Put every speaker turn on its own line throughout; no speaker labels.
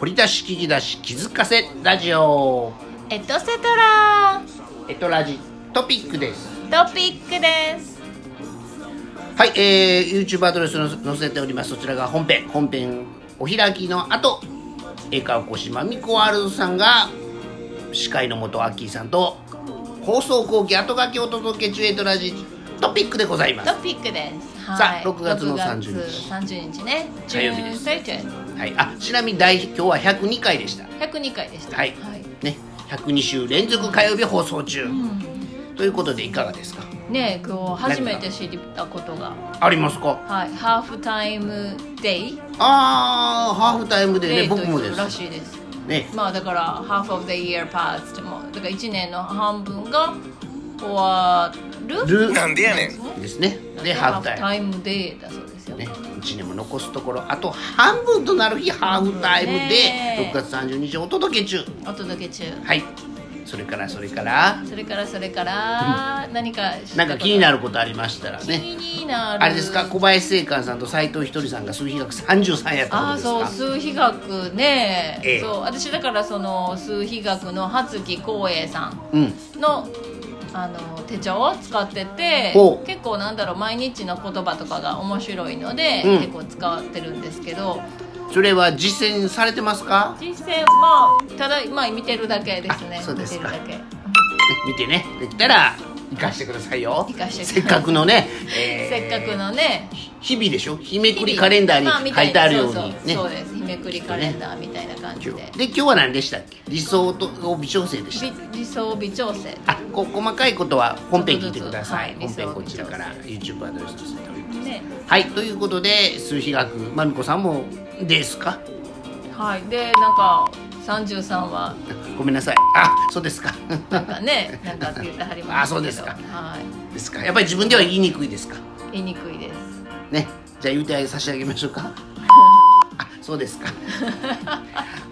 掘り出し聞き出し気づかせラジオ
エトセトラ
エトラジトピックです
トピックです
はい、えー、YouTube アドレスの載せておりますそちらが本編本編お開きの後えかおこしまみこワールドさんが司会の元アッキーさんと放送後期後書きをお届け中エトラジトピックでございます
トピックです
さあ6月の30日
30日ね
火曜日です
13日
はい、あちなみに第今日は102回でした
102回でした
はい、ね102週連続火曜日放送中、ということでいかがですか
ねえ今日初めて知ったことが
ありますか
はいハーフタイムデイ
あーハーフタイムでね
デイと
僕もで
いうら
す
しいです
ね
まあだからハーフ of the year passed もだから1年の半分が終わる
ル
なんでやねん
ですねで
ハ
ハー
ーフ
フ
タ
タイ
イムデイだそうですよ
ムね1年も残すところあと半分となる日ハーフタイムで
ね
6月30日お届け中
お届け中
はいそれからそれから
それからそれから何か
なんか気にな
る
ることありましたら
気
ね
になる
あれですか小林正観さんと斎藤ひとりさんが数比較33やった
あ
こ
あ
と
そう
ですか
数比学ね、
ええ
そう私だからその数比学の初木光栄さん
うん
のあの手帳を使ってて
ほう
結構なんだろう毎日の言葉とかが面白いので、
うん
結構使ってるんですけど
それは実践されてますか
実践まあただまあ見てるだけですね
あそうですか
見てるだ
見てねできたら生かしてくださいよ
活かして
せっかくのね、
け、
えー
せっかくのね
日々でしょ日めくりカレンダ
まあ
ーに
み
書
た
いてあるよう
そう
に
そう
ね
そうです日めくりカレンダーみたいな感じで、
で今日は何でしたっけ理想と微調整でした
び理想微調整
あこ細かいことは本編聞いてください、
ちょっとずつはい
本編こちらから YouTube アドレスにしております
ね
はいということで数比学まみこさんもですか
はいでなんか33は
ごめんなさいあそうですか
なんかねなんかって言ってはりますけど
あそうですか
はい
ですかやっぱり自分では言いにくいですか
言いにくいです
ねじゃあ言うて差し上げましょう かあそうですか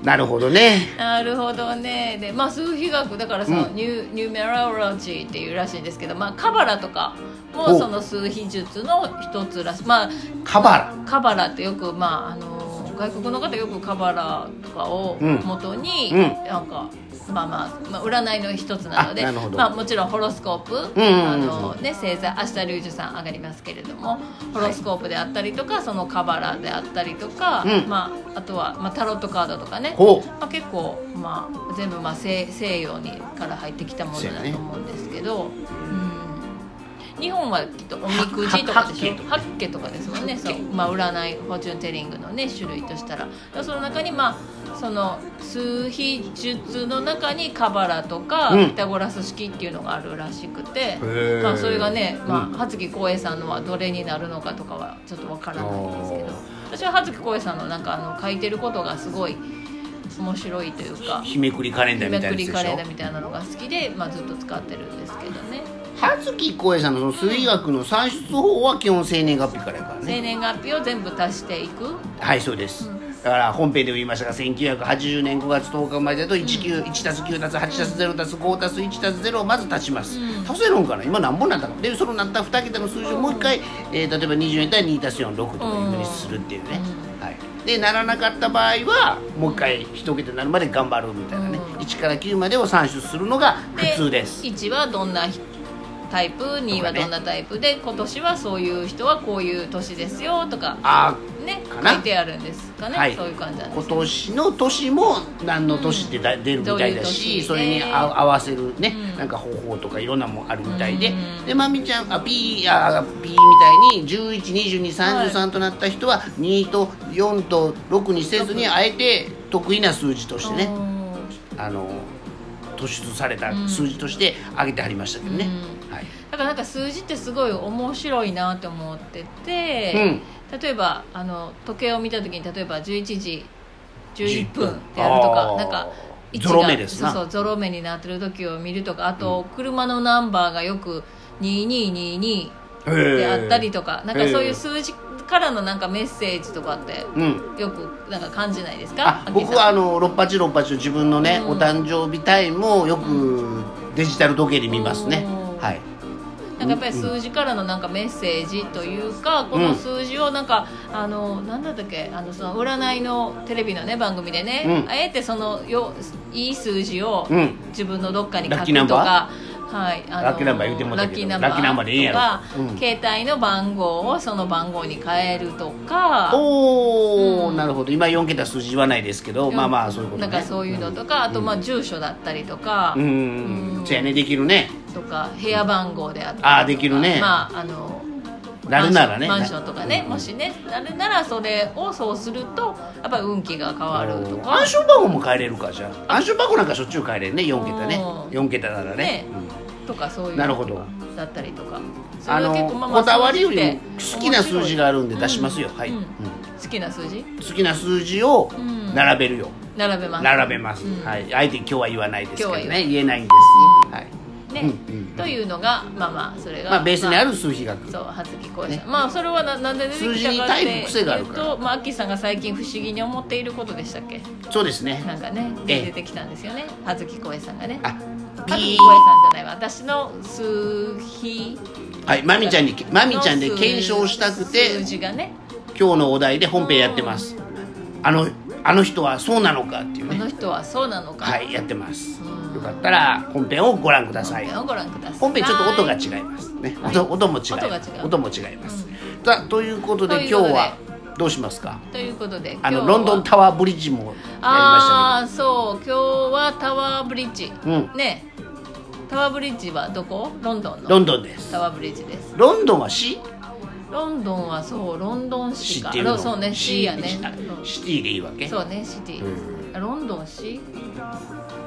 なるほどね
なるほどねでまあ数比学だからその、
う
ニュニューメロロジーっていうらしいんですけどまあカバラとか
お
もその数比術の一つらしいまあ
カバ
カバラってよくまああの外国の方よくカバラとかを
うん
元に、
うん
なんかまあまあ、まあ、占いの一つなので
あなるほど
まあ、もちろんホロスコープ、
うんうんうん
あのね、星座明日龍樹さん上がりますけれどもホロスコープであったりとか、そのカバラであったりとか、
うん
まあ、あとは、まあ、タロットカードとかね、
ラほう
まあ、結構、まあ、全部、まあ、西西洋にから入ってきたもの
そうや
だ
ね
と思うんですけど、うん、日本はきっとおみくじとかでしょ
は
八家とかですもんねそう、まあ、占いフォーチュンテリングの、ね、種類としたらだからその中に、まあ、その数秘術の中にカバラとか、
うん
ピタゴラス式っていうのがあるらしくて、
ー
まあ、それがね、ま
うん
あ、初木光栄さんのはどれになるのかとかはちょっとわからないんですけ
おー
ど。私は葉月光栄さんのなんかあの書いてることがすごい面白いというか
日めくりカレンダ
日
ーみ
め
たいなやつで
くり
しょ
カレンダーみたいなのが好きで、まあ、ずっと使ってるんですけどね
葉月光栄さんのその数理学の算出法は基本生年月日からやから
生
ね
年月日を全部足していく
はいそうです、だから本編でも言いましたが1980年5月10日生まれだと1 9す9たす8たす0たす5たす1たす0をまず足します、足せるんかな今何本なったかでそのなった2桁の数字をもう一回、えー例えば24やったら2たす46とかいうふうにするっていうね、はい、でならなかった場合はもう一回1桁になるまで頑張るみたいなね、
うん
1から9までを算出するのが普通です
1はどんなひタイプ2はどんなタイプで今年はそういう人はこういう年ですよとか
ああ
ね
かな
書いてあるんですかね、
はい
そういう感じなんで
今
す
年の年も何の年ってだ、出るみたいだし、
ど
そうれ
いう年
にあ合わせるね、
うん
なんか方法とかいろんなもんあるみたいで、
うん
でまみちゃんあ P, あ P みたいに112233となった人は2と4と6にせずにあえて得意な数字としてね、
うん
あの突出された数字として挙げてありましたけどね、はい、
だからなんか数字ってすごい面白いなと思ってて、例えばあの時計を見た時に例えば11時11分ってやると
あ
か
ー
なんか位置が
ゾロ目ですな
そうそうゾロ目になってる時を見るとかあと、車のナンバーがよく2222であったりとか、なんかそういう数字からのなんかメッセージとかって
うん
よくなんか感じないですか
あ僕はあの6868自分のね、
うん
お誕生日タイムをよくデジタル時計で見ますね、
おー
はい
なんかやっぱり数字からのなんかメッセージというかこの数字をなんかあのなんだったっけあのその占いのテレビのね番組でね、
うん
あえてそのよいい数字を
うん
自分のどっかに書
ラッキーナン
くと
バ
か。はい、あの
ラッキーナンバー言うてもうた
ラ
けど
ッキーナン
ラッキーナンバ
バ
ーでいいんや
ー
ろ
とか、
うん
携帯の番号をその番号に変えるとか
おお、
うん
なるほど今4桁数字言わないですけど、まあまあそういうことね
なんかそういうのとかあとまあ住所だったりとか、
うん
うん
そうやねできるね
とか部屋番号であったりとか
あーできるね
まああの
なるならね
マンションマンションとかね
うん
もしねなるならそれをそうするとやっぱり運気が変わるとか
暗証番号も変えれるかじゃあ暗証番号なんかしょっちゅう変えれるね4桁ね
うん
4桁ならね
ねとかそうい
うん
う
なるほど
どだったりとかそれ
あ
は
の
結構まあまあ
こだわりよりも
数字
好
って
きな数字があるんで
面白い
出しますよ、
うん
はい、
うん
うん
好きな数字
好きな数字を
うん
並べるよ、
並べます
並べます、
うん
はいあえて今日は言わないですけど
今日は
ね
言
言えないんです、はい
ね、
うんうん
というのがまあまあそれが
まあベースにある数比学、
そう葉月光
ね
社まあそれはななんで出てきたか
数
っ
字に耐える
て
癖がある
う
から
とまあアッキーさんが最近不思議に思っていることでしたっけ
そうですね
なんかね
ええ
出てきたんですよね葉月光栄さんがね
あ
葉月光
ピー
栄さんじゃないわ私の数比
はいまみちゃんにまみちゃんで検証したくて
数字がね
今日のお題で本編やってますあのあの人はそうなのかっていう
この
ね
人はそうなのか、
はいやってます
うん
よかったら本編をご覧ください
本編をご覧ください
本編ちょっと音が違いますね
はい
音音も違い
音が違う
音も違いますさあということで
と
今
い
日
うことで
はどうしますか
ということで
あの
今日は
ロンドンタワーブリッジもやりま
ああそう今日はタワーブリッジ、
うん
ねタワーブリッジはどこロンドン
したけど
の
ロンドンです
タワーブリッジです
ロンドンは市
ロンドンはそうロンドン
市
市
っ
か
ていうの
そうね市やね
シ
うん
シティでいいわけ
そうねシティ、
う
ロンドン市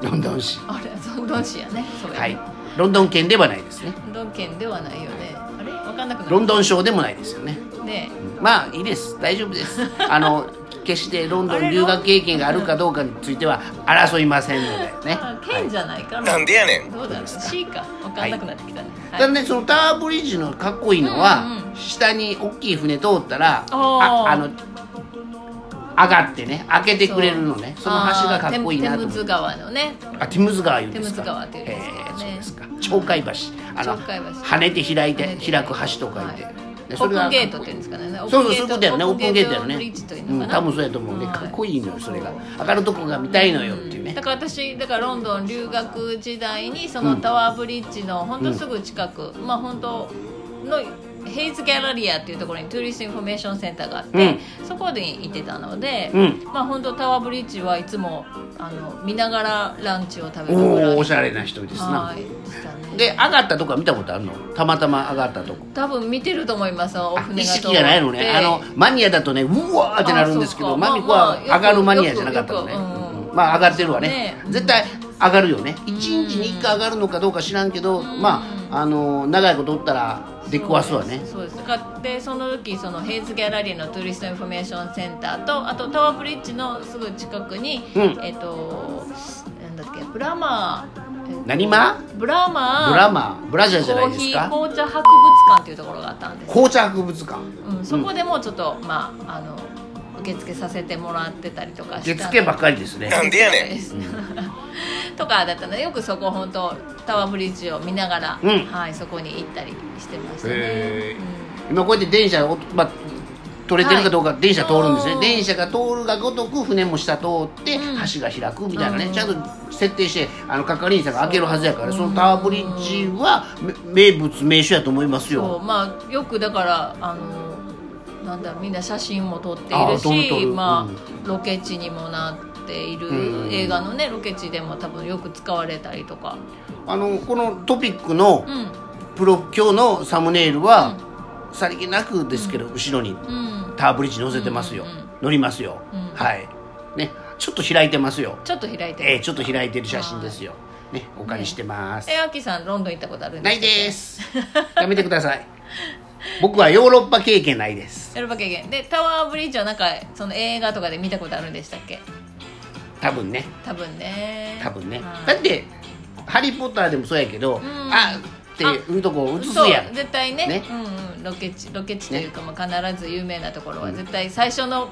ロンドン市
あれロンドン市やねそれ
はいロンドン県ではないですね
ロンドン県ではないよねあれわかんなくなる
ロンドン省でもないですよね
ね
まあいいです大丈夫ですあの決してロンドン留学経験があるかどうかについては争いませんのでね
あ県じゃないか、
なんでやねん
どうだろう市かわかんなくなってきたね、
た
はい
だねそのタワーブリッジのかっこいいのは、
うんうん
下に大きい船通ったら
あー
ああの上がってね開けてくれるのねその橋がかっこいいなと
あーテムテムズ川のね
あテムズ川言うんですか
テムズ川って言うんですけ
え
どね
ーそうですか鳥海橋あの
鳥海橋
跳ねて開いて
跳ねて
開く橋とか言って、
はい
で
オープンゲート
かこ
っ
い
て
い
いうんですかね
そうそうそういうことやろねオープンゲートやろね
ブリッジという
う
の
ん
かな、
多分そうやと思うね
はい
かっこいいのよそれが上がるとこが見たいのよっていうね
だから私だからロンドン留学時代にそのタワーブリッジの本当すぐ近く、まあ本当のヘイズギャラリアっていうところにトゥーリストインフォメーションセンターがあって、そこで行ってたので、
うん
まあ本当タワーブリッジはいつもあの見ながらランチを食べ
お
るぐらい
おおしゃれな人ですな
はいしたね
で上がったとこは見たことあるのたまたま上がったとこ
多分見てると思いますお
あ
船
意
が通
識
っ
が
て
ないのねあのマニアだとねうわーってなるんですけ
あ
ど
そうか
マミコは
まあまあ
上がるマニアじゃなかったのね
よくよくうん
うんまあ上がってるわね
ね
絶対上がるよね1日に1回上がるのかどうか知らんけど
ん
まああの長いことおったら出くわすわね
そうですそうですだからでその時そのヘイズギャラリーのトゥーリストインフォメーションセンターとあとタワーブリッジのすぐ近くに、
うん
えっ、となんだっけブラマー、えっと
何マ
ブラマー
ブラマーブラジャーじゃな
コー
いです
ヒー
か
紅茶博物館っていうところがあったんです、
紅茶博物館
うん、そこでもちょっと、まああの受付させてもらってたりとかした
受
ので
付ばっかりですね
なんでやねん
んとかだったのでよくそこ本当タワーブリッジを見ながら、
うん
はい、そこに行ったりしてました
へ
ね
ー、今こうやって電車を、まあ、取れてるかどうか、
はい
電車通るんですね
うん
電車が通るがごとく船も下通って
うん
橋が開くみたいなね、
うん
ちゃんと設定してあの係員さんが開けるはずやから
そう
そのタワーブリッジはめ名物名所やと思います
そう
よ
まあよくだからあのなんだみんな写真も撮ってい
あ
る
ー撮る撮
し
る
ま
う
あ、ロケ地にもなっている、
うん
映画のねロケ地でも多分よく使われたりとか、
あのこのトピックの
うん
プロ今日のサムネイルは、さりげなくですけど後ろに
うん、
タワーブリッジ乗せてますよ、
うんうんうん
乗りますよ、
うん
はいねちょっと開いてますよ
ちょっと開いて
ええちょっと開いてる写真ですよ、ねお借りしてます、
えあきさんロンドン行ったことあるんで
な
す
いです。やめてください。僕はヨーロッパ経験ないです。
エルバ経験でタワーブリッジはなんかその映画とかで見たことあるんでしたっけ
多分ね、
多分ね
多分ね
は。い
だってハリー・ポッターでもそうやけど、あっていうとこ映す
そう
やん。
絶対ね
ね
うんうん、ロケ地ロケ地というか、まあ、必ず有名なところは絶対最初の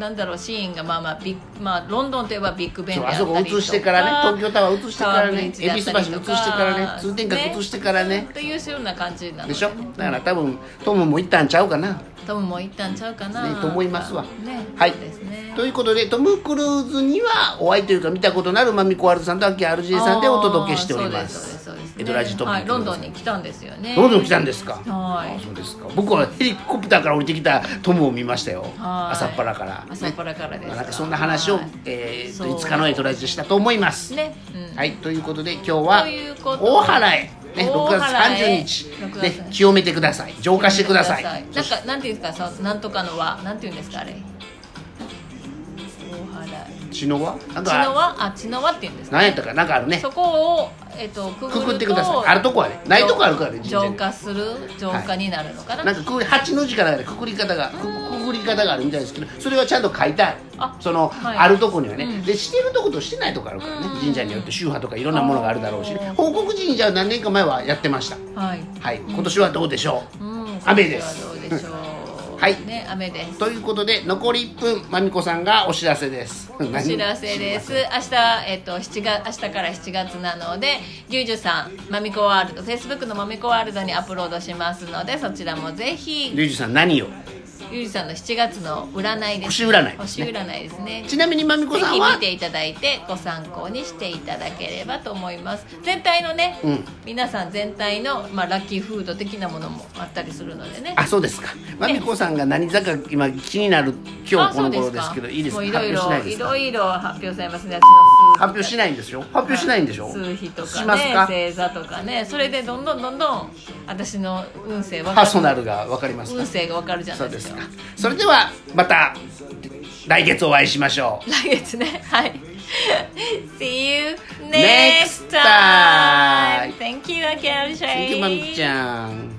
なんだろうシーンがまあまあビッグまあロンドンといえばビッグベン
そう
で
あ
あった
そ
りと
こ
か
移してからね東京タワー移してからね恵
タワーブリッ
比
ジ
寿
だっ
橋移
たりと
して
か
からね通天閣移してからね
というような感じなの
でしょ
ね
だから多分トムも行ったんちゃうかな
トムも行ったんちゃうかな、
ねと思いますわ
ね
はい
そうですね
ということでトム・クルーズにはお会いというか見たことのあるマミコワルドさんとアッキー RJ さんでお届けしておりま
あーそうです
す
そうですそうです
エドラジトム
はい、ロンドンに来たんですよね
ロンドン来たんですか
はい
あそうですか僕はヘリコプターから降りてきたトムを見ましたよ
はい
朝っぱらから
朝っぱらからです
まあなんかそんな話を
はい
えーと
そう
いつかのエドラジでしたと思います
ね、うん
はいということで今日は
ということで
大原へね6
大
月
原へ
30日
6
で
月
清めてください浄化してください
なんかなんていうんですか、そのなんとかのはなんていうんですかあれ。大原。
血の輪なん
血の
か
輪あ血の輪っていうんですか。
何やったかなんかあるね
そこをえっとく
く
ぐ
く
る
って
と
くださいあるとこはねないとこあるからね神社に
浄化する浄化になるのかな。
なんかく8の字からくくり方がくくくり方があるみたいですけどそれはちゃんと書いてある
あ
その、
はい
あるとこにはね、
うん
でしてるとことしてないとこあるからね、
うん
神社によって宗派とかいろんなものがあるだろうし、
あー
報告神社は何年か前はやってました
はい。
はい今年はどうでしょう、
うん。
雨です
これはどうでしょう。
はい
ね雨です。
ということで残り1分まみこさんがお知らせですお
お知らせです明日、えっと7月明日から7月なのでリュウジュさんマミコワールド Facebook のマミコワールドにアップロードしますのでそちらもぜひ
リュウジさん 何を
ゆうじさんの7月の占いで
星
す
占いです
星
ね
占いですね
ちなみにまみこ
ぜ
さん
ひ
は
見ていただいてご参考にしていただければと思います全体のね、
うん
皆さん全体の、まあ、ラッキーフード的なものもあったりするのでね
あそうですかまみこさんが何座か今気になる今
あ
日この
そう
頃ですけどいいですか
もうい
発
ろい
表しない
ろ
で
い
すか
ろいろ発表されますね
発表し
い
ないんでしょ発表しないんでしょ
数日と
し
か
ます
ね
か
星座とかねそれでどんどんどんどん私の運勢は
パーソナルが分かりますか
運勢がわかるじゃな
そう
い
で
ですす
か
か
それではまた来月お会いしましょう
来月ねはい See you
Next
next
time.
time! Thank you, Akira
Thank you まみちゃん